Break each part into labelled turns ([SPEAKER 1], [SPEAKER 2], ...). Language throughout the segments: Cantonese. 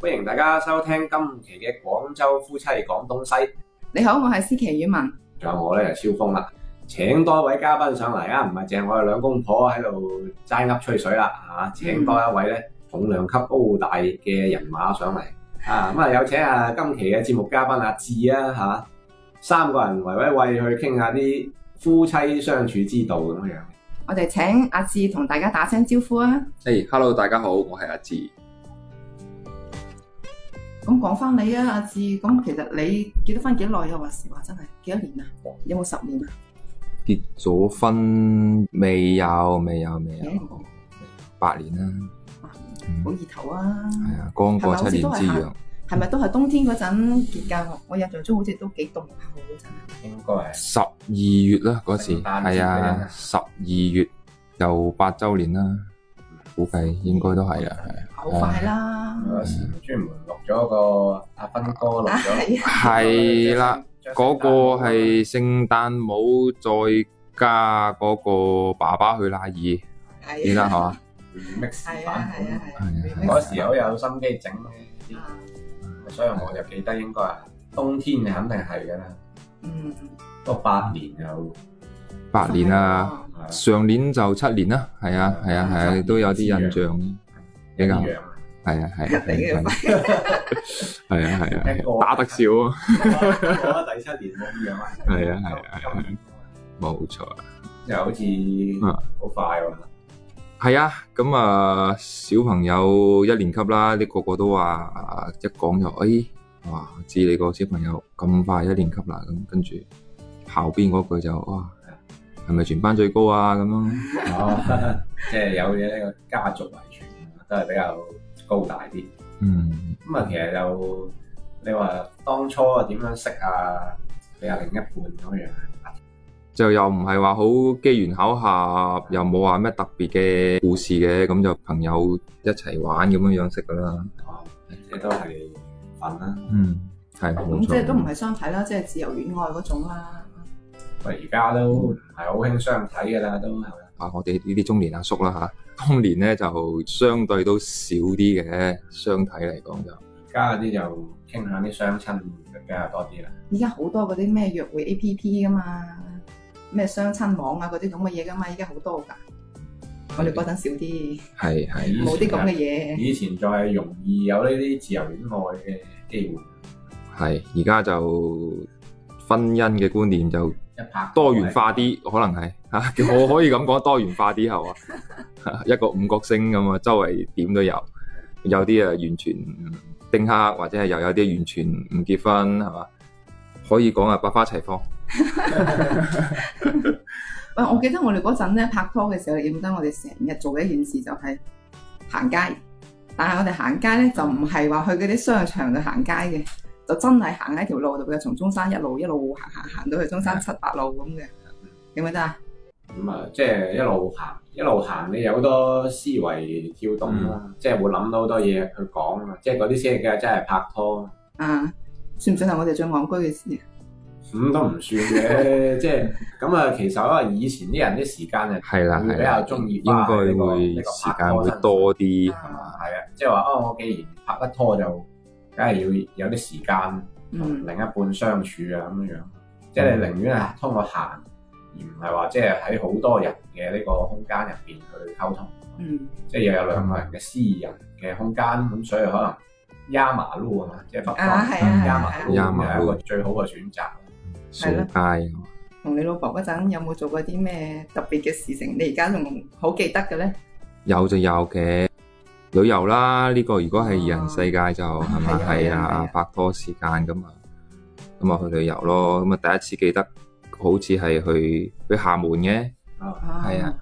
[SPEAKER 1] 歡迎大家收聽今期嘅廣州夫妻講東西，
[SPEAKER 2] 你好，我係思琪宇文。
[SPEAKER 1] 仲有我咧就超峰啦，請多位嘉賓上嚟啊，唔係淨係我哋兩公婆喺度齋噏吹水啦，啊，請多一位咧重量級高大嘅人馬上嚟啊，咁啊有請啊今期嘅節目嘉賓阿志啊嚇、三個人圍圍圍去傾下啲夫妻相處之道咁樣。
[SPEAKER 2] 我哋請阿志同大家打聲招呼啊！
[SPEAKER 3] 誒、h e l l o 大家好，我係阿志。
[SPEAKER 2] 咁講翻你啊，阿志，咁其實你結咗婚幾耐啊？話時話真係幾多年啊？有冇十年啊？
[SPEAKER 3] 結咗婚未有？未有？未有
[SPEAKER 2] 有？
[SPEAKER 3] 八年啦，
[SPEAKER 2] 好意頭啊！
[SPEAKER 3] 係啊，剛過七年之癢。
[SPEAKER 2] 係咪都係冬天嗰陣結㗎？我印象中好似都幾凍下喎嗰陣。
[SPEAKER 1] 應該係
[SPEAKER 3] 十二月啦嗰
[SPEAKER 1] 聖
[SPEAKER 3] 時，
[SPEAKER 1] 誕節
[SPEAKER 3] 係
[SPEAKER 1] 嚟
[SPEAKER 3] 啊，
[SPEAKER 1] 嘅
[SPEAKER 3] 十二月就八週年啦，估計應該都係啦，
[SPEAKER 2] 好快啦！
[SPEAKER 1] 有時專門錄咗個阿斌哥錄
[SPEAKER 2] 啊
[SPEAKER 1] 咗。
[SPEAKER 2] 係啊，
[SPEAKER 3] 係啦，嗰個係聖誕帽再加嗰個爸爸去拉二，依
[SPEAKER 2] 係
[SPEAKER 3] 家
[SPEAKER 2] 啊，
[SPEAKER 3] 係嘛？
[SPEAKER 1] mix
[SPEAKER 2] 係
[SPEAKER 1] 版
[SPEAKER 2] 啊，
[SPEAKER 1] 本
[SPEAKER 2] 係啊，係
[SPEAKER 1] 嗰
[SPEAKER 2] 啊
[SPEAKER 1] 時好有心機整呢啲，
[SPEAKER 2] 啊，
[SPEAKER 1] 所以我就記得應該係冬天肯定係㗎啦，
[SPEAKER 2] 嗯，
[SPEAKER 1] 都八年有啊
[SPEAKER 3] 八年啦，
[SPEAKER 2] 哦
[SPEAKER 3] 上年就七年啦，係啊，係啊，係啊，都有啲印象。
[SPEAKER 1] 一
[SPEAKER 3] 比較
[SPEAKER 1] 樣，
[SPEAKER 3] 係啊，係 啊，
[SPEAKER 2] 你嘅
[SPEAKER 3] 係啊，係啊， 係啊
[SPEAKER 1] 一個
[SPEAKER 3] 係啊，打得少啊，
[SPEAKER 1] 我覺得第七年冇咁樣啊，
[SPEAKER 3] 係啊係啊係啊，冇錯啊，
[SPEAKER 1] 就好似好快喎，
[SPEAKER 3] 係啊，咁啊，小朋友一年級啦，你個個都話啊一講就，哎，哇，知你個小朋友咁快一年級啦，咁跟住後邊嗰句就，哇，係咪全班最高啊？咁樣，
[SPEAKER 1] 哦，即係有嘢呢個家族遺傳啊都係比較高大啲。
[SPEAKER 3] 嗯，
[SPEAKER 1] 咁啊，其實就你話當初啊點樣識啊你啊另一半咁樣
[SPEAKER 3] 就又唔係話好機緣巧合，又冇話咩特別嘅故事嘅，咁就朋友一齊玩咁樣樣識噶啦，
[SPEAKER 1] 啊，即係都係瞓啦。
[SPEAKER 3] 嗯，係冇
[SPEAKER 2] 咁
[SPEAKER 3] 錯。
[SPEAKER 2] 即係都唔係相睇啦，即係自由戀愛嗰種啦。
[SPEAKER 1] 喂，而家都唔係好興相睇嘅啦，都係咪？
[SPEAKER 3] 啊，我哋呢啲中年阿叔啦 嚇，當年咧就相對都少啲嘅，相睇嚟講就
[SPEAKER 1] 而家嗰啲就傾向啲相親比較多啲啦。
[SPEAKER 2] 依家好多嗰啲咩約會 A P P 噶嘛，咩相親網啊嗰啲咁嘅嘢噶嘛，依家好多㗎。我哋嗰陣少啲，
[SPEAKER 3] 係係
[SPEAKER 1] 嗯
[SPEAKER 2] 冇啲咁嘅嘢。
[SPEAKER 1] 以前再容易有呢啲自由戀愛嘅機會，
[SPEAKER 3] 係，而家就婚姻嘅觀念就
[SPEAKER 1] 一拍
[SPEAKER 3] 多元化啲，可能係 嚇，啊我可以咁講多元化啲係嘛， 一個五角星咁啊，周圍點都有，有啲啊完全丁克，或者係又有啲完全唔結婚係嘛，可以講啊百花齊放，
[SPEAKER 2] 喂，我記得我哋嗰陣咧拍拖嘅時候，你記唔記得我哋成日做嘅一件事就係行街，但係我哋行街咧就唔係話去嗰啲商場度行街嘅，就真係行喺條路度嘅，從中山一路一路行行行到去中山七八路咁嘅，記唔記得啊？
[SPEAKER 1] 咁啊，即係一路行一路行，你有好多思維跳動啦，
[SPEAKER 3] 嗯
[SPEAKER 1] 即係會諗到好多嘢去講啊，即係嗰啲先係真係拍拖。
[SPEAKER 2] 啊，算唔算係我哋最戇居嘅事啊？
[SPEAKER 1] 咁、都唔算 嘅，即係咁啊！其實可能以前啲人啲時間係
[SPEAKER 3] 係啦
[SPEAKER 1] 會
[SPEAKER 3] 係
[SPEAKER 1] 比較
[SPEAKER 3] 啦，
[SPEAKER 1] 中意
[SPEAKER 3] 應
[SPEAKER 1] 花
[SPEAKER 3] 該
[SPEAKER 1] 喺呢個
[SPEAKER 3] 會
[SPEAKER 1] 呢個
[SPEAKER 3] 時
[SPEAKER 1] 拍
[SPEAKER 3] 間
[SPEAKER 1] 拖
[SPEAKER 3] 會
[SPEAKER 1] 身上
[SPEAKER 3] 多啲係嘛。
[SPEAKER 1] 係啊，即係話哦，我既然拍得拖就，梗係要有啲時間同
[SPEAKER 2] 嗯，
[SPEAKER 1] 另一半相處啊咁樣樣。即係你寧願係通過行，而唔係話即係喺好多人嘅呢個空間入邊去溝通，
[SPEAKER 2] 嗯。
[SPEAKER 1] 即係又有兩個人嘅私人嘅空間，咁所以可能亞馬路啊嘛，即係北
[SPEAKER 2] 啊，
[SPEAKER 1] 方
[SPEAKER 2] 係啊，係
[SPEAKER 1] 亞
[SPEAKER 2] 啊
[SPEAKER 1] 馬
[SPEAKER 2] 係
[SPEAKER 1] 路
[SPEAKER 2] 啊，
[SPEAKER 3] 亞馬
[SPEAKER 1] 係一
[SPEAKER 3] 路
[SPEAKER 1] 個最好嘅選擇。啊
[SPEAKER 3] 掃
[SPEAKER 2] 係咯
[SPEAKER 3] 街，啊
[SPEAKER 2] 同你老婆嗰陣有冇做過啲咩特別嘅事情？你而家仲好記得嘅咧？
[SPEAKER 3] 有就有嘅。旅遊啦，呢、個如果係二人世界就
[SPEAKER 2] 哦
[SPEAKER 3] 係咪
[SPEAKER 2] 係啊
[SPEAKER 3] 係
[SPEAKER 2] 係啊
[SPEAKER 3] 啊？拍拖時間咁啊，咁啊去旅遊咯。咁啊第一次記得好似係去去廈門嘅，
[SPEAKER 1] 啊，
[SPEAKER 3] 係啊，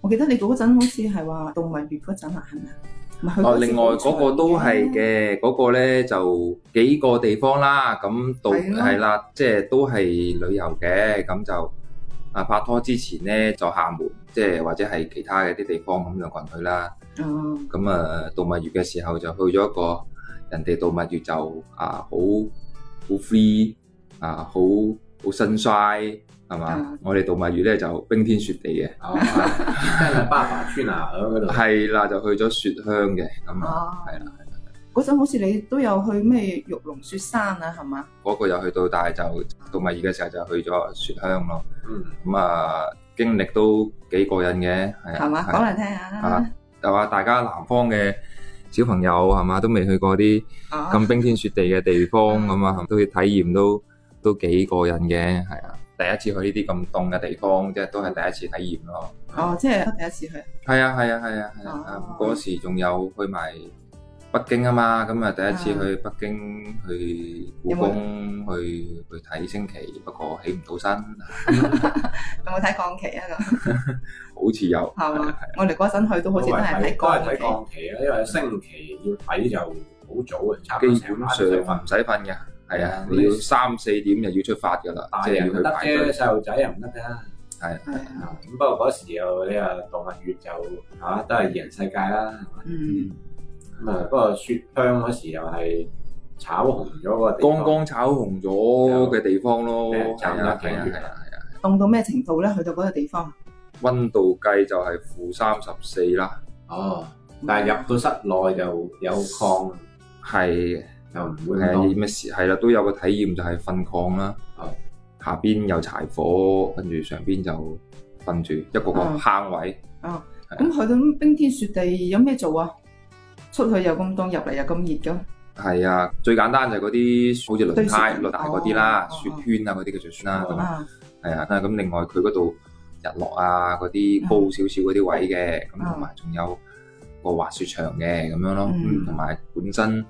[SPEAKER 2] 我記得你嗰陣好似係話動物園嗰陣啊，係咪啊？咪去嗰次好長嘅，
[SPEAKER 3] 嘅，嗰、個咧就幾個地方啦。咁到
[SPEAKER 2] 係咯
[SPEAKER 3] 係啦，即係都係旅遊嘅，咁就啊拍拖之前咧就廈門，即係或者係其他嘅啲地方咁兩個人去啦。
[SPEAKER 2] 哦，
[SPEAKER 3] 咁啊，度蜜月嘅時候就去咗一個人哋度蜜月就啊好好 free 啊好好 sunshine 係嘛
[SPEAKER 2] 嗯？
[SPEAKER 3] 我哋度蜜月咧就冰天雪地嘅，
[SPEAKER 1] 哦真係巴華村啊嗰度。
[SPEAKER 3] 係啦，就去咗雪鄉嘅咁啊，
[SPEAKER 2] 哦，
[SPEAKER 3] 係啦，
[SPEAKER 2] 嗰陣好似你都有去咩玉龍雪山啊，係嘛？
[SPEAKER 3] 嗰個又去到，但係就到墨爾嘅時候就去咗雪鄉咯。
[SPEAKER 1] 嗯，
[SPEAKER 3] 咁啊，經歷都幾過癮嘅，係啊，
[SPEAKER 2] 係嘛？
[SPEAKER 3] 係
[SPEAKER 2] 講
[SPEAKER 3] 啊
[SPEAKER 2] 嚟聽下
[SPEAKER 3] 啊。就話大家南方嘅小朋友係嘛，都未去過啲
[SPEAKER 2] 啊
[SPEAKER 3] 咁冰天雪地嘅地方
[SPEAKER 1] 嗯
[SPEAKER 3] 咁啊，都去體驗都都幾過癮嘅，係啊，第一次去呢啲咁凍嘅地方，即係都係第一次體驗咯。
[SPEAKER 2] 哦，即係第一次去。
[SPEAKER 3] 係啊，係啊，係啊，係
[SPEAKER 2] 哦，
[SPEAKER 3] 啊嗰時仲有去埋北京啊嘛，咁啊第一次
[SPEAKER 1] 嗯
[SPEAKER 2] 啊
[SPEAKER 3] 去北京去故
[SPEAKER 2] 有冇
[SPEAKER 3] 宮去去睇升旗，不過起唔到身，
[SPEAKER 2] 有冇睇鋼旗啊？咁
[SPEAKER 3] 好似有
[SPEAKER 2] 係嘛？我哋嗰陣去都好似都係睇
[SPEAKER 1] 都係
[SPEAKER 2] 鋼
[SPEAKER 1] 睇
[SPEAKER 2] 旗。
[SPEAKER 1] 降旗啊，因為升旗要睇就好早啊，差唔
[SPEAKER 3] 基
[SPEAKER 1] 多
[SPEAKER 3] 本
[SPEAKER 1] 成
[SPEAKER 3] 上
[SPEAKER 1] 晚都瞓
[SPEAKER 3] 唔使瞓嘅，係啊，
[SPEAKER 1] 嗯
[SPEAKER 3] 你要三四點就要出發㗎啦，
[SPEAKER 1] 大
[SPEAKER 3] 即係
[SPEAKER 1] 人
[SPEAKER 3] 要
[SPEAKER 1] 唔
[SPEAKER 3] 去
[SPEAKER 1] 得
[SPEAKER 3] 排隊
[SPEAKER 1] 啫，。細路仔又唔得㗎。
[SPEAKER 2] 係啊
[SPEAKER 1] 啊咁不過嗰時又你話動物園就啊都係二人世界啦。
[SPEAKER 2] 嗯，
[SPEAKER 1] 咁啊，不過雪鄉嗰時又係炒紅咗個地方，
[SPEAKER 3] 剛剛炒紅咗嘅地方咯，
[SPEAKER 1] 就
[SPEAKER 3] 係啊係啊係啊係啊，
[SPEAKER 2] 凍到咩程度咧？去到嗰個地方，
[SPEAKER 3] 温度計就係負三十四啦，
[SPEAKER 1] 哦，但係入到室內就有礦，
[SPEAKER 3] 係
[SPEAKER 1] 就唔會咁
[SPEAKER 3] 誒
[SPEAKER 1] 凍。
[SPEAKER 3] 咩事係啦，都有個體驗就係瞓炕啦
[SPEAKER 2] 啊
[SPEAKER 1] 哦，
[SPEAKER 3] 下邊有柴火，跟住上邊就瞓住一個個
[SPEAKER 2] 哦
[SPEAKER 3] 坑位，
[SPEAKER 2] 咁去到咁冰天雪地，有咩做啊？出去又咁凍，入嚟又咁熱咁。
[SPEAKER 3] 係啊，最簡單就係嗰啲好似輪胎、
[SPEAKER 2] 堆雪
[SPEAKER 3] 輪胎嗰啲啦，
[SPEAKER 2] 哦
[SPEAKER 3] 雪圈啊嗰啲叫做雪啦，
[SPEAKER 1] 哦
[SPEAKER 3] 咁
[SPEAKER 2] 啊，
[SPEAKER 3] 係啊，咁另外佢嗰度日落啊嗰
[SPEAKER 2] 嗯
[SPEAKER 3] 啲高少少嗰啲位嘅，咁同埋仲有個滑雪場嘅咁樣咯，
[SPEAKER 2] 嗯
[SPEAKER 3] 嗯同埋本身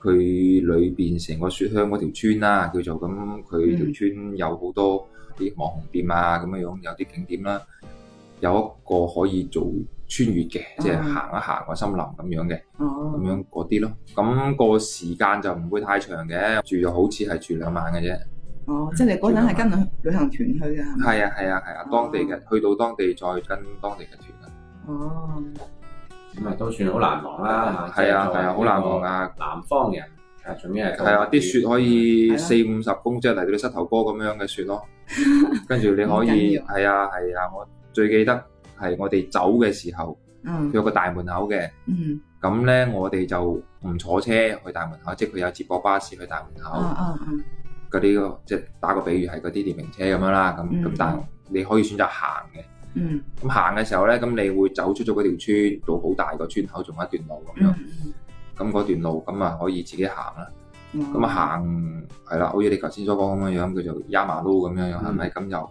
[SPEAKER 3] 佢裏邊成個雪鄉嗰條村啦，叫做咁，
[SPEAKER 2] 嗯
[SPEAKER 3] 佢條村有好多啲網紅店啊咁樣樣，有啲景點啦，有一個可以做穿越嘅，即係
[SPEAKER 2] 嗯
[SPEAKER 3] 行一行個森林咁樣嘅，咁
[SPEAKER 2] 哦，
[SPEAKER 3] 樣嗰啲咯。咁、個時間就唔會太長嘅，住就好似係住兩晚嘅啫。
[SPEAKER 2] 哦，即係你嗰陣係跟旅行團去嘅係咪？
[SPEAKER 3] 係啊係啊係啊，當地嘅去到當地再跟當地嘅團啊，
[SPEAKER 2] 哦，
[SPEAKER 1] 咁啊都算好難忘啦嚇。
[SPEAKER 3] 係啊係啊，好難忘！啊！
[SPEAKER 1] 南方人啊，仲要係
[SPEAKER 3] 係啊，啲雪可以
[SPEAKER 2] 係啊
[SPEAKER 3] 四五十公，即係嚟到你膝頭哥咁樣嘅 雪咯。跟住你可
[SPEAKER 2] 唔緊
[SPEAKER 3] 以
[SPEAKER 2] 要
[SPEAKER 3] 係啊係啊，我最記得係我哋走嘅時候，佢
[SPEAKER 2] 嗯
[SPEAKER 3] 有個大門口嘅。
[SPEAKER 2] 嗯，
[SPEAKER 3] 咁咧，我哋就唔坐車去大門口，即係佢有接駁巴士去大門
[SPEAKER 2] 啊
[SPEAKER 3] 口
[SPEAKER 2] 啊啊，
[SPEAKER 3] 嗰啲，即係打個比喻係嗰啲電瓶車咁樣啦。咁咁
[SPEAKER 2] 嗯，
[SPEAKER 3] 但係你可以選擇行嘅。
[SPEAKER 2] 嗯
[SPEAKER 3] 咁行嘅時候咧，咁你會走出咗嗰條村，到好大個村口，仲有一段路咁樣。
[SPEAKER 2] 嗯
[SPEAKER 3] 咁嗰段路咁啊可以自己行啦。
[SPEAKER 2] 嗯，
[SPEAKER 3] 咁啊行係啦，好似你頭先所講咁樣啊樣，叫做亞馬路咁樣樣，係咪？咁就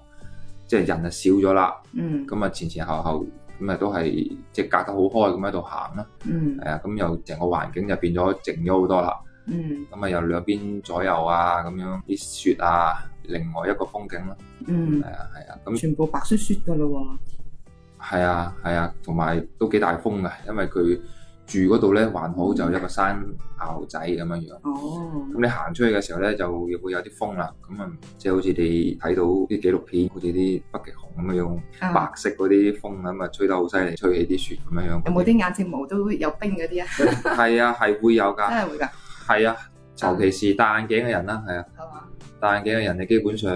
[SPEAKER 3] 即係人就少咗啦。
[SPEAKER 2] 嗯
[SPEAKER 3] 咁啊前前後後咁啊都係即係隔得好開咁喺度行啦。
[SPEAKER 2] 嗯
[SPEAKER 3] 係啊，咁又成個環境就變咗靜咗好多啦。
[SPEAKER 2] 嗯
[SPEAKER 3] 咁啊又兩邊左右啊咁樣啲雪啊，另外一個風景啦。
[SPEAKER 2] 嗯
[SPEAKER 3] 係，啊係啊，咁
[SPEAKER 2] 全部白雪雪噶咯喎。
[SPEAKER 3] 係啊，係啊，同埋都幾大風嘅，因為佢住嗰度咧還好，就有一個山坳仔咁樣樣。
[SPEAKER 2] 哦，
[SPEAKER 3] 咁你行出去嘅時候咧，就會有啲風啦。咁啊，即係好似你睇到啲紀錄片，好似啲北極熊咁樣用
[SPEAKER 2] 啊
[SPEAKER 3] 白色嗰啲風咁啊，吹得好犀利，吹起啲雪咁樣樣。
[SPEAKER 2] 有冇啲眼睫毛都有冰嗰啲啊？
[SPEAKER 3] 係啊，係會有
[SPEAKER 2] 真
[SPEAKER 3] 㗎。
[SPEAKER 2] 係會㗎，
[SPEAKER 3] 係啊，尤其是戴眼鏡嘅人啦，係啊，
[SPEAKER 2] 係嘛？
[SPEAKER 3] 戴眼鏡嘅人你基本上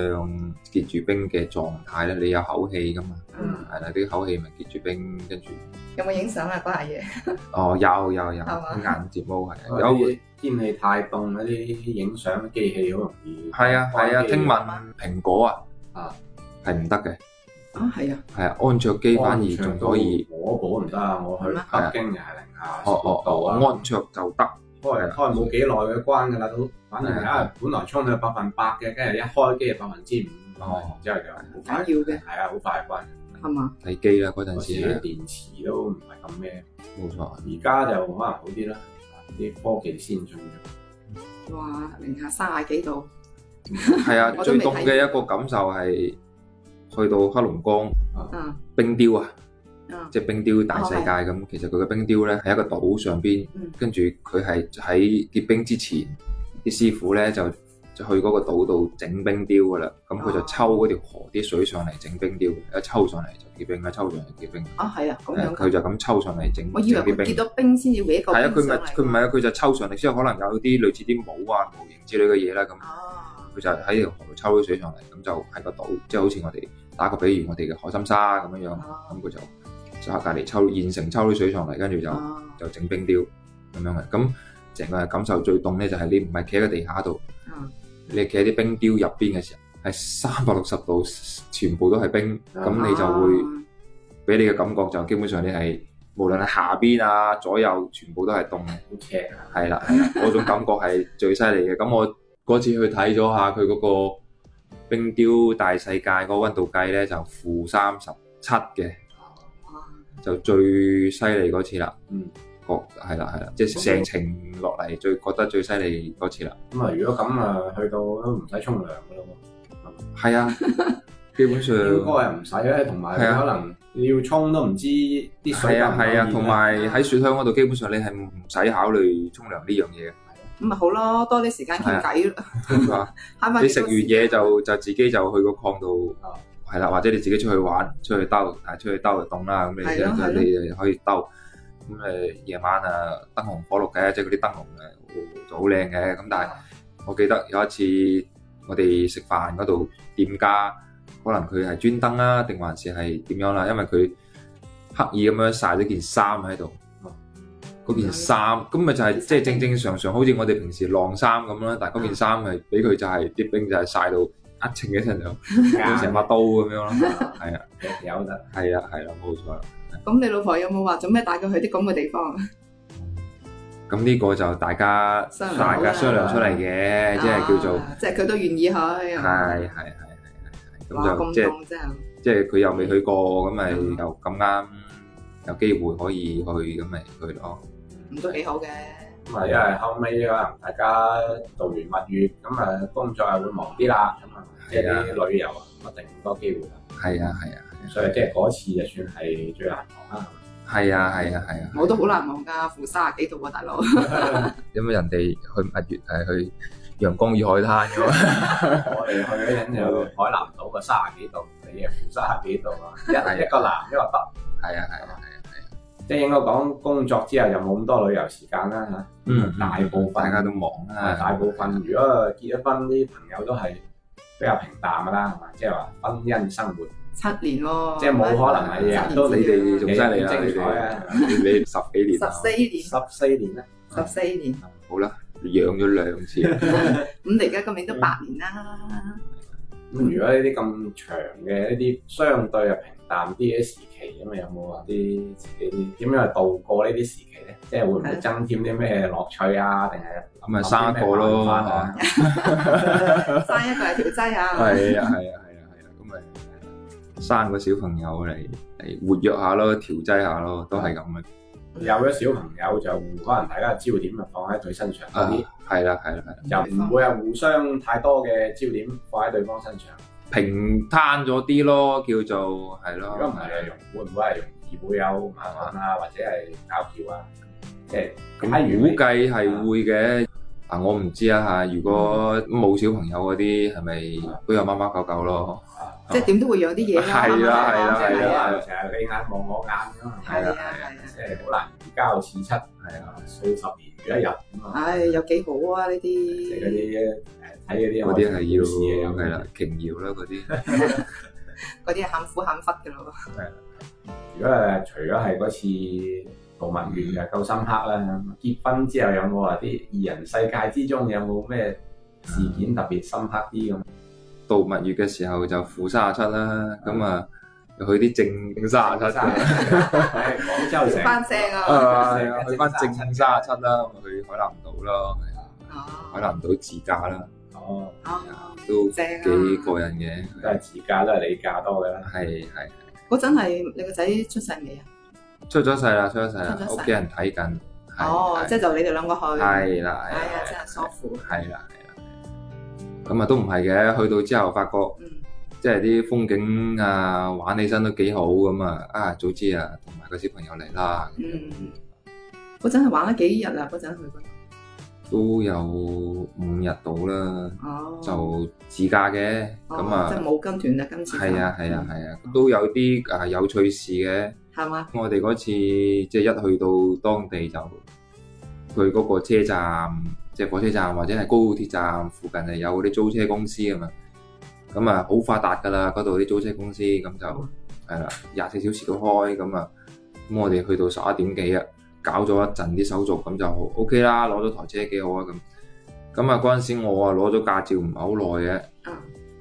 [SPEAKER 3] 結住冰嘅狀態咧，你有口氣㗎嘛，
[SPEAKER 2] 嗯，
[SPEAKER 3] 係啦，啲口氣咪結住冰，跟住。
[SPEAKER 2] 有冇影相啊？嗰下嘢
[SPEAKER 3] 哦，有有有，
[SPEAKER 2] 係嘛
[SPEAKER 3] 眼睫毛係
[SPEAKER 1] 有
[SPEAKER 3] 有，
[SPEAKER 1] 天氣太凍嗰啲影相機器好容易
[SPEAKER 3] 係啊係啊，
[SPEAKER 1] 關機
[SPEAKER 3] 聽聞蘋果啊，
[SPEAKER 1] 啊
[SPEAKER 3] 係唔得嘅，
[SPEAKER 2] 啊，係啊，
[SPEAKER 3] 係啊，安卓機反而仲可以，
[SPEAKER 1] 我保唔得啊！我去北京又係零下十
[SPEAKER 3] 哦哦
[SPEAKER 1] 六度
[SPEAKER 3] 哦，
[SPEAKER 1] 啊，
[SPEAKER 3] 安卓就得，
[SPEAKER 1] 開開冇幾耐嘅關㗎啦都，反正
[SPEAKER 3] 嗯
[SPEAKER 1] 啊本來衝到百分百嘅，跟住一開機係百分之五，
[SPEAKER 3] 哦
[SPEAKER 1] 然之後就好
[SPEAKER 2] 緊
[SPEAKER 1] 快
[SPEAKER 2] 要嘅
[SPEAKER 1] 係啊好快關。
[SPEAKER 2] 係嘛？
[SPEAKER 3] 睇機啦嗰
[SPEAKER 1] 嗰
[SPEAKER 3] 陣
[SPEAKER 1] 時
[SPEAKER 3] 時啊
[SPEAKER 1] 啲
[SPEAKER 3] 係，
[SPEAKER 1] 電池都唔係咁咩，
[SPEAKER 3] 冇錯，
[SPEAKER 1] 而家就可能好啲啦，啲科技先進咗。
[SPEAKER 2] 哇，零下三十幾度，
[SPEAKER 3] 係啊，
[SPEAKER 2] 我都
[SPEAKER 3] 最
[SPEAKER 2] 未睇
[SPEAKER 3] 凍嘅一個感受係去到黑龍江
[SPEAKER 2] 啊
[SPEAKER 3] 冰雕啊，
[SPEAKER 2] 啊，
[SPEAKER 3] 即係冰雕大世界咁，其實佢嘅冰雕咧喺一個島上邊
[SPEAKER 2] 嗯，
[SPEAKER 3] 跟住佢係喺結冰之前，啲師傅咧就就去嗰個島度整冰雕噶啦，咁佢就
[SPEAKER 2] 哦
[SPEAKER 3] 抽嗰條河啲水上嚟整冰雕，一抽上嚟就結冰，一抽上嚟結冰，
[SPEAKER 2] 啊係啊，咁
[SPEAKER 3] 誒
[SPEAKER 2] 樣
[SPEAKER 3] 佢
[SPEAKER 2] 㗎。
[SPEAKER 3] 就咁抽上嚟整
[SPEAKER 2] 我以為
[SPEAKER 3] 整
[SPEAKER 2] 佢
[SPEAKER 3] 啲
[SPEAKER 2] 結
[SPEAKER 3] 冰。
[SPEAKER 2] 咗冰先至搲個
[SPEAKER 3] 係啊，
[SPEAKER 2] 冰
[SPEAKER 3] 佢咪
[SPEAKER 2] 上嚟
[SPEAKER 3] 佢唔係啊，佢就抽上嚟之後，可能有啲類似啲帽啊、模型之類嘅嘢啦，咁
[SPEAKER 2] 啊，
[SPEAKER 3] 佢就喺條河度抽啲水上嚟，咁就喺個島，即係好似我哋打個比喻，我哋嘅海心沙咁樣樣，
[SPEAKER 2] 哦
[SPEAKER 3] 咁佢就就喺隔離抽現成抽啲水上嚟，跟住就。
[SPEAKER 2] 啊
[SPEAKER 3] 就整冰雕咁樣嘅。咁成個人感受最凍咧，就係你唔係企喺個地下度，
[SPEAKER 2] 嗯
[SPEAKER 3] 你係企喺啲冰雕入邊嘅時候，係三百六十度全部都係冰，
[SPEAKER 2] 哦
[SPEAKER 3] 咁你就會。俾你嘅感覺就基本上你係無論係下邊啊左右全部都係凍嘅，
[SPEAKER 1] 好劇啊！
[SPEAKER 3] 係 啦係啦，嗰種感覺係最犀利嘅。咁我嗰次去睇咗下佢嗰個冰雕大世界嗰個温度計咧，就負三十七嘅，
[SPEAKER 2] Ờ.
[SPEAKER 3] 就最犀利嗰次啦。
[SPEAKER 1] 嗯，
[SPEAKER 3] 覺係啦係啦，即係成程落嚟最覺得最犀利嗰次啦。
[SPEAKER 1] 咁啊，如果咁啊，去到都唔使沖涼噶咯
[SPEAKER 3] 係啊，基本上
[SPEAKER 1] 喎，應該係唔使咧，同埋
[SPEAKER 3] 嗯係啊
[SPEAKER 1] 可能要沖都唔知啲水
[SPEAKER 3] 係啊係啊，同埋喺雪鄉嗰度基本上你係唔使考慮沖涼呢樣 嘢嘅。啊
[SPEAKER 2] 咁咪好咯，多啲時間傾偈咯，
[SPEAKER 3] 係嘛
[SPEAKER 2] 慳翻
[SPEAKER 3] 你食完嘢就就自己就去個礦度
[SPEAKER 2] 哦
[SPEAKER 1] 啊，
[SPEAKER 3] 係啦，或者你自己出去玩，出去兜，啊出去兜就凍啦，咁
[SPEAKER 2] 係咯係咯
[SPEAKER 3] 你你你可以兜。咁誒夜晚啊，燈紅火綠嘅，即係嗰啲燈籠誒就好靚嘅。咁
[SPEAKER 2] 哦
[SPEAKER 3] 但係我記得有一次我哋食飯嗰度，店家可能佢係專登啦，定還是係點樣啦？因為佢刻意咁樣曬咗件衫喺度
[SPEAKER 1] 哦。
[SPEAKER 3] 嗰件衫咁咪就係即係正正常常，好似我哋平時晾衫咁啦。但係嗰件衫係俾佢就係啲冰就係曬到一稱起身就好似成把刀咁樣 咯。係啊，
[SPEAKER 1] 劇有得
[SPEAKER 3] 係啊，係啦，冇錯啦。
[SPEAKER 2] 咁你老婆有冇話做咩帶佢去啲咁嘅地方？
[SPEAKER 3] 咁呢個就大家
[SPEAKER 2] 商量
[SPEAKER 3] 大
[SPEAKER 2] 好
[SPEAKER 3] 家
[SPEAKER 2] 啦
[SPEAKER 3] 商量出嚟嘅，即係叫做
[SPEAKER 2] 啊即係佢都願意去。
[SPEAKER 3] 係係係係係係
[SPEAKER 2] 哇，
[SPEAKER 3] 咁就
[SPEAKER 2] 咁
[SPEAKER 3] 即係。
[SPEAKER 2] 凍真係
[SPEAKER 3] 即係佢又未去過，咁咪
[SPEAKER 2] 嗯
[SPEAKER 3] 又咁啱有機會可以去，咁咪去咯。
[SPEAKER 2] 唔都幾好嘅。
[SPEAKER 1] 咁啊，因為後尾可能大家度完蜜月，咁啊工作係會忙啲啦，咁啊即係啲旅遊啊，一定多機會啦。
[SPEAKER 3] 係啊係啊
[SPEAKER 1] 所以即係嗰次就算係最難忘啦。
[SPEAKER 3] 係啊係啊係啊！
[SPEAKER 2] 我都好難忘㗎，負三十幾度啊，大 佬。
[SPEAKER 3] 因為人哋去蜜月係去陽光與海灘啊嘅嘛，
[SPEAKER 1] 我哋去嗰陣就 海南島嘅三十幾度，你 係負三十幾度啊，一係一個南一個北。
[SPEAKER 3] 係啊係啊係啊！
[SPEAKER 1] 即係應該講工作之後又冇咁多旅遊時間啦嚇。
[SPEAKER 3] 嗯，
[SPEAKER 1] 大部分
[SPEAKER 3] 大家都忙啊啦，
[SPEAKER 1] 啊大部分如果結咗婚啲朋友都係比較平淡噶啦，係嘛？即係話婚姻生活，
[SPEAKER 2] 七年喎，
[SPEAKER 1] 即係冇可能係日日都
[SPEAKER 3] 你哋仲犀利啦！你
[SPEAKER 1] 精彩
[SPEAKER 3] 哋
[SPEAKER 1] 啊
[SPEAKER 3] 你十幾年啦
[SPEAKER 2] 十，四年，
[SPEAKER 1] 十四年咧，
[SPEAKER 2] 十四年。
[SPEAKER 3] 好啦，養咗兩 次，
[SPEAKER 2] 咁你而家今年都八年啦，
[SPEAKER 1] 咁如果呢啲咁長嘅呢啲相對係平淡啲嘅時期，咁有冇話啲自己點樣去度過呢啲時期咧？即係會唔會增添啲咩樂趣啊？定係
[SPEAKER 3] 咁咪生一個
[SPEAKER 1] 諗
[SPEAKER 3] 咯
[SPEAKER 1] 啲咩辦法啊
[SPEAKER 2] 生一個係條劑啊，
[SPEAKER 3] 係啊係啊係啊係啊，咁咪生個小朋友嚟嚟活躍下咯，調劑下咯，都係咁嘅。
[SPEAKER 1] 有咗小朋友就可能大家嘅焦點就放喺佢身上多
[SPEAKER 3] 啊
[SPEAKER 1] 啲，，
[SPEAKER 3] 係啦係啦係啦，
[SPEAKER 1] 又唔會係互相太多嘅焦點放喺對方身上。
[SPEAKER 3] 平攤咗啲咯，叫做係
[SPEAKER 1] 如果唔
[SPEAKER 3] 咯，
[SPEAKER 1] 係，容會唔會係容易會有麻煩啊，或者係搞笑啊？即係假
[SPEAKER 3] 咁
[SPEAKER 1] 如
[SPEAKER 3] 估計係會嘅。啊，我唔知啊嚇，如果
[SPEAKER 1] 嗯
[SPEAKER 3] 冇小朋友嗰啲係咪都有貓貓狗狗咯？
[SPEAKER 2] 即係點都會養啲嘢啦。
[SPEAKER 3] 係啦係啦
[SPEAKER 1] 係
[SPEAKER 3] 係啦
[SPEAKER 1] 啊，成日你眼望我眼咁啊，
[SPEAKER 2] 係
[SPEAKER 3] 啦
[SPEAKER 2] 啊係啊，
[SPEAKER 1] 即係好難以交似七，係啊，數十年如一日咁啊，
[SPEAKER 2] 唉，有幾好啊呢
[SPEAKER 1] 即係嗰。
[SPEAKER 2] 啲
[SPEAKER 1] 啲誒睇嗰啲啊
[SPEAKER 3] 嗰啲係
[SPEAKER 1] 愛情
[SPEAKER 3] 要
[SPEAKER 1] 故事啊
[SPEAKER 3] 係啦，瓊瑤啦嗰啲，
[SPEAKER 2] 嗰啲係喊苦喊忽嘅咯。
[SPEAKER 1] 如果誒除咗係嗰次度蜜月就夠深刻啦，結婚之後有冇話啲二人世界之中有冇咩事
[SPEAKER 3] 嗯
[SPEAKER 1] 件特別深刻啲咁？
[SPEAKER 3] 度蜜月嘅時候就負三十七啦，咁啊去啲正正三十七嘅。
[SPEAKER 1] 喺廣州城
[SPEAKER 2] 翻聲啊！
[SPEAKER 3] 啊，係啊，去翻正三十七啦，咁啊去海南島咯，係啊海
[SPEAKER 2] 哦，
[SPEAKER 3] 南島自駕啦，
[SPEAKER 1] 哦，
[SPEAKER 2] 哦
[SPEAKER 3] 都
[SPEAKER 2] 正啊！
[SPEAKER 3] 幾過癮嘅，
[SPEAKER 1] 都係自駕都係你駕多嘅啦。
[SPEAKER 3] 係係
[SPEAKER 2] 嗰陣係你個仔出世未啊？
[SPEAKER 3] 出咗世啦，出咗世啦
[SPEAKER 2] 出咗，世
[SPEAKER 3] 屋企人睇緊，係
[SPEAKER 2] 哦，
[SPEAKER 3] 係
[SPEAKER 2] 即係就你哋兩個去。
[SPEAKER 3] 係啦，
[SPEAKER 2] 哎
[SPEAKER 3] 係
[SPEAKER 2] 呀，真
[SPEAKER 3] 啦
[SPEAKER 2] 係疏乎。
[SPEAKER 3] 係啦，係啦，咁啊都唔係嘅，去到之後發覺
[SPEAKER 2] 嗯，
[SPEAKER 3] 即係啲風景啊，玩起身都幾好咁啊，啊早知啊，同埋個小朋友嚟啦，咁啊樣
[SPEAKER 2] 嗯，嗰陣係玩咗幾日啊？嗰陣去嗰度
[SPEAKER 3] 都有五日到啦，
[SPEAKER 2] 哦，
[SPEAKER 3] 就自駕嘅，
[SPEAKER 2] 哦
[SPEAKER 3] 咁啊
[SPEAKER 2] 即。係冇跟團啦，今次就
[SPEAKER 3] 係啊係啊，係啊，都有啲啊有趣事嘅。
[SPEAKER 2] 係嘛？
[SPEAKER 3] 我哋嗰次即係一去到當地就，佢嗰個車站，即係火車站或者係高鐵站附近係有嗰啲租車公司啊嘛。咁啊，好發達㗎啦，嗰度啲租車公司咁就係啦，廿四小時都開咁啊。咁我哋去到十一點幾啊，九搞咗一陣啲手續，咁就 O K 啦，攞咗台車幾好啊咁。咁啊嗰陣時我啊攞咗駕照唔係好耐嘅
[SPEAKER 2] 嗯，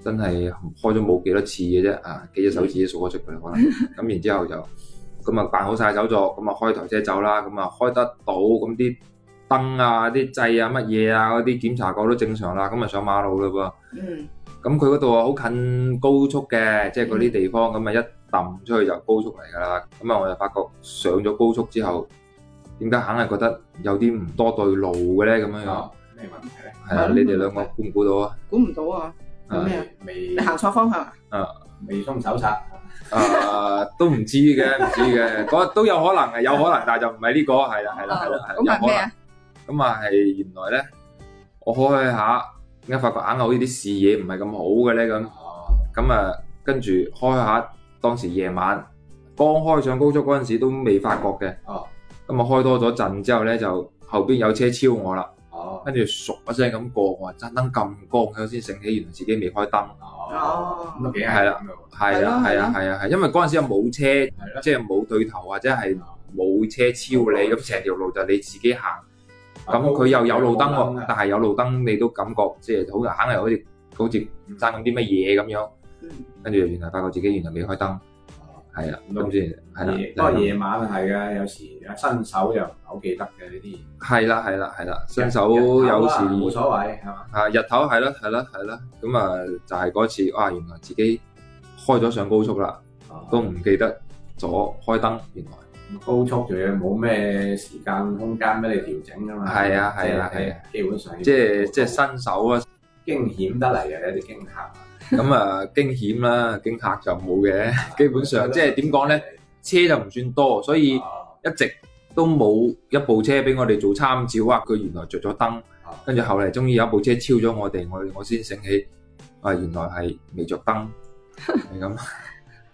[SPEAKER 3] 真係開咗冇幾多次嘅啫啊，幾隻手指都數得出佢啦可能。咁然之後就咁啊辦好晒手續，咁啊開台車走啦，咁啊開得到，咁啲燈啊、啲掣啊、乜嘢啊嗰啲檢查過都正常啦，咁啊上馬路嘞噃。
[SPEAKER 2] 嗯
[SPEAKER 3] 咁佢嗰度啊好近高速嘅，即係嗰啲地方咁啊一揼出去就高速嚟㗎啦。咁啊我就發覺上咗高速之後，點解硬係覺得有啲唔多對路嘅咧？咁樣樣
[SPEAKER 1] 啊咩問題咧？
[SPEAKER 3] 係啊，
[SPEAKER 2] 嗯
[SPEAKER 3] 你哋兩個估唔估到啊？
[SPEAKER 2] 估唔到啊！
[SPEAKER 3] 嗯
[SPEAKER 2] 有
[SPEAKER 1] Ờ.
[SPEAKER 2] 咩啊？
[SPEAKER 1] 未
[SPEAKER 2] 你行錯方向啊？
[SPEAKER 1] 未鬆手冊，
[SPEAKER 3] 啊都唔知嘅，唔知嘅，嗰都有可能嘅，有可能，但係就唔係呢個，係啦，係啦，係啦，係
[SPEAKER 2] 咁
[SPEAKER 3] 啦有
[SPEAKER 2] 係
[SPEAKER 3] 可
[SPEAKER 2] 咩
[SPEAKER 3] 能。
[SPEAKER 2] 啊？
[SPEAKER 3] 咁啊係原來咧，我開開下，點解發覺硬係好似啲視野唔係咁好嘅咧咁。
[SPEAKER 1] 哦，
[SPEAKER 3] 咁啊，跟住開開下，當時夜晚剛開上高速嗰陣時都未發覺嘅。
[SPEAKER 1] 哦，
[SPEAKER 3] 咁啊開多咗陣之後咧，就後邊有車超我啦，
[SPEAKER 1] 哦，
[SPEAKER 3] 跟住熟一聲咁過，我話盞燈咁光，我先醒起原來自己未開燈。
[SPEAKER 2] Ờ.
[SPEAKER 1] 哦，咁都幾
[SPEAKER 3] 係啦
[SPEAKER 1] 咁喎，
[SPEAKER 3] 係啦，
[SPEAKER 2] 係
[SPEAKER 3] 係
[SPEAKER 2] 咯
[SPEAKER 3] 啊，係啊，係，因為嗰陣時又冇車，
[SPEAKER 1] 係啦
[SPEAKER 3] 即係冇對頭或者係冇車超你，
[SPEAKER 2] 哦
[SPEAKER 3] 咁成條路就你自己行。咁佢又有路燈
[SPEAKER 1] 啊
[SPEAKER 3] 喎，但係有路燈你都感覺即係好硬係好似好似爭緊啲乜嘢咁樣，
[SPEAKER 2] 嗯
[SPEAKER 3] 跟住原來發覺自己原來未開燈，係啊，咁先係啦，
[SPEAKER 1] 不過哦夜晚係嘅，有時啊新手又唔係好記得嘅呢啲。
[SPEAKER 3] 係啦係啦係啦，新手
[SPEAKER 1] 日頭
[SPEAKER 3] 有
[SPEAKER 1] 啊冇
[SPEAKER 3] 時
[SPEAKER 1] 所謂係嘛？
[SPEAKER 3] 啊日頭係啦係啦係啦，咁啊就係嗰次啊原來自己開咗上高速啦，都唔記得咗開燈，原來
[SPEAKER 1] 嗯高速仲要冇咩時間空間俾你調整㗎嘛。
[SPEAKER 3] 係啊係啊
[SPEAKER 1] 即
[SPEAKER 3] 係啊，
[SPEAKER 1] 基本上
[SPEAKER 3] 即係即係新手啊，
[SPEAKER 1] 驚險得嚟又有啲驚嚇。
[SPEAKER 3] 咁啊驚險啦，驚嚇就冇嘅， 基本上即係點講咧，車就唔算多，所以。
[SPEAKER 1] 哦
[SPEAKER 3] 一直都冇一部車俾我哋做參照啊！佢原來着咗燈，
[SPEAKER 1] 啊
[SPEAKER 3] 跟住後嚟終於有一部車超咗我哋，我我先醒起啊，原來係未 着燈，係咁，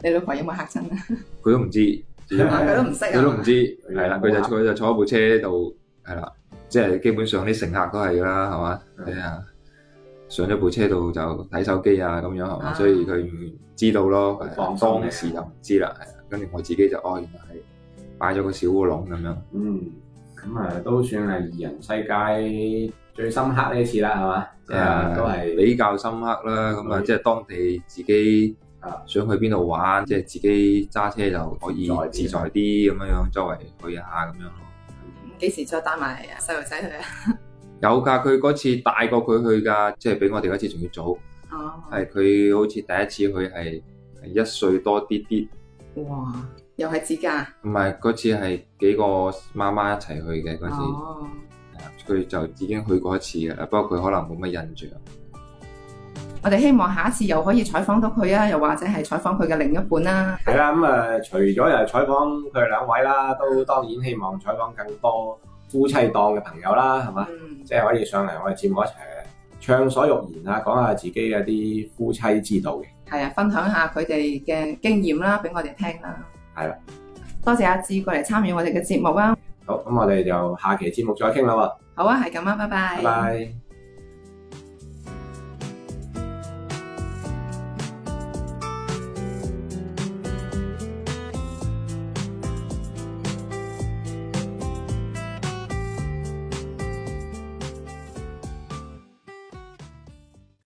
[SPEAKER 2] 你老婆有冇嚇親 啊？
[SPEAKER 3] 佢都 唔知，
[SPEAKER 2] 佢
[SPEAKER 3] 佢
[SPEAKER 2] 都唔識
[SPEAKER 3] 都唔
[SPEAKER 2] 啊！
[SPEAKER 3] 知，係啦，佢就佢就坐喺部車度，係啦，即係基本上啲乘客都係㗎啦，係嘛，
[SPEAKER 1] 嗯
[SPEAKER 3] 係啊，上咗部車度就睇手機啊咁樣係嘛，
[SPEAKER 2] 啊
[SPEAKER 3] 所以佢唔知道咯，係
[SPEAKER 1] 放
[SPEAKER 3] 啊
[SPEAKER 1] 鬆嘅
[SPEAKER 3] 當時就唔知啦，係啊，跟住我自己就哦，原來係擺咗個小烏龍咁樣。
[SPEAKER 1] 嗯，咁啊都算係二人世界最深刻呢一次啦，係嘛？即
[SPEAKER 3] 啊
[SPEAKER 1] 係都係
[SPEAKER 3] 比較深刻啦。咁啊，
[SPEAKER 1] 嗯
[SPEAKER 3] 即係當地自己
[SPEAKER 1] 啊
[SPEAKER 3] 想去邊度玩，即係自己揸車就可以
[SPEAKER 1] 自
[SPEAKER 3] 自
[SPEAKER 1] 在
[SPEAKER 3] 在啲咁樣樣，周圍去下咁樣咯。
[SPEAKER 2] 幾時再帶埋啊細路仔去啊？
[SPEAKER 3] 有㗎，佢嗰次帶過佢去㗎，即係比我哋嗰次仲要早。
[SPEAKER 2] 哦，
[SPEAKER 3] 係佢好似第一次去係係一歲多啲啲，
[SPEAKER 2] 哦哇！又係自駕
[SPEAKER 3] 唔係嗰次係幾個媽媽一齊去嘅嗰次，
[SPEAKER 2] 哦，
[SPEAKER 3] 係啊佢就已經去過一次㗎啦。不過佢可能冇乜印象。
[SPEAKER 2] 我哋希望下一次又可以採訪到佢啊，又或者係採訪佢嘅另一半啦。
[SPEAKER 1] 係啦，咁啊，除咗又採訪佢哋兩位啦，都當然希望採訪更多夫妻檔嘅朋友啦，係嘛？
[SPEAKER 2] 嗯，
[SPEAKER 1] 即係可以上嚟我哋節目一齊呃暢所欲言啊，講下自己嘅啲夫妻之道嘅。
[SPEAKER 2] 係啊，分享下佢哋嘅經驗啦，俾我哋聽啦。
[SPEAKER 1] 係啦，
[SPEAKER 2] 多謝阿志過嚟參與我哋嘅節目啊！
[SPEAKER 1] 好，咁我哋就下期節目再傾啦喎，
[SPEAKER 2] 好啊，係咁啊，拜拜
[SPEAKER 1] 拜拜。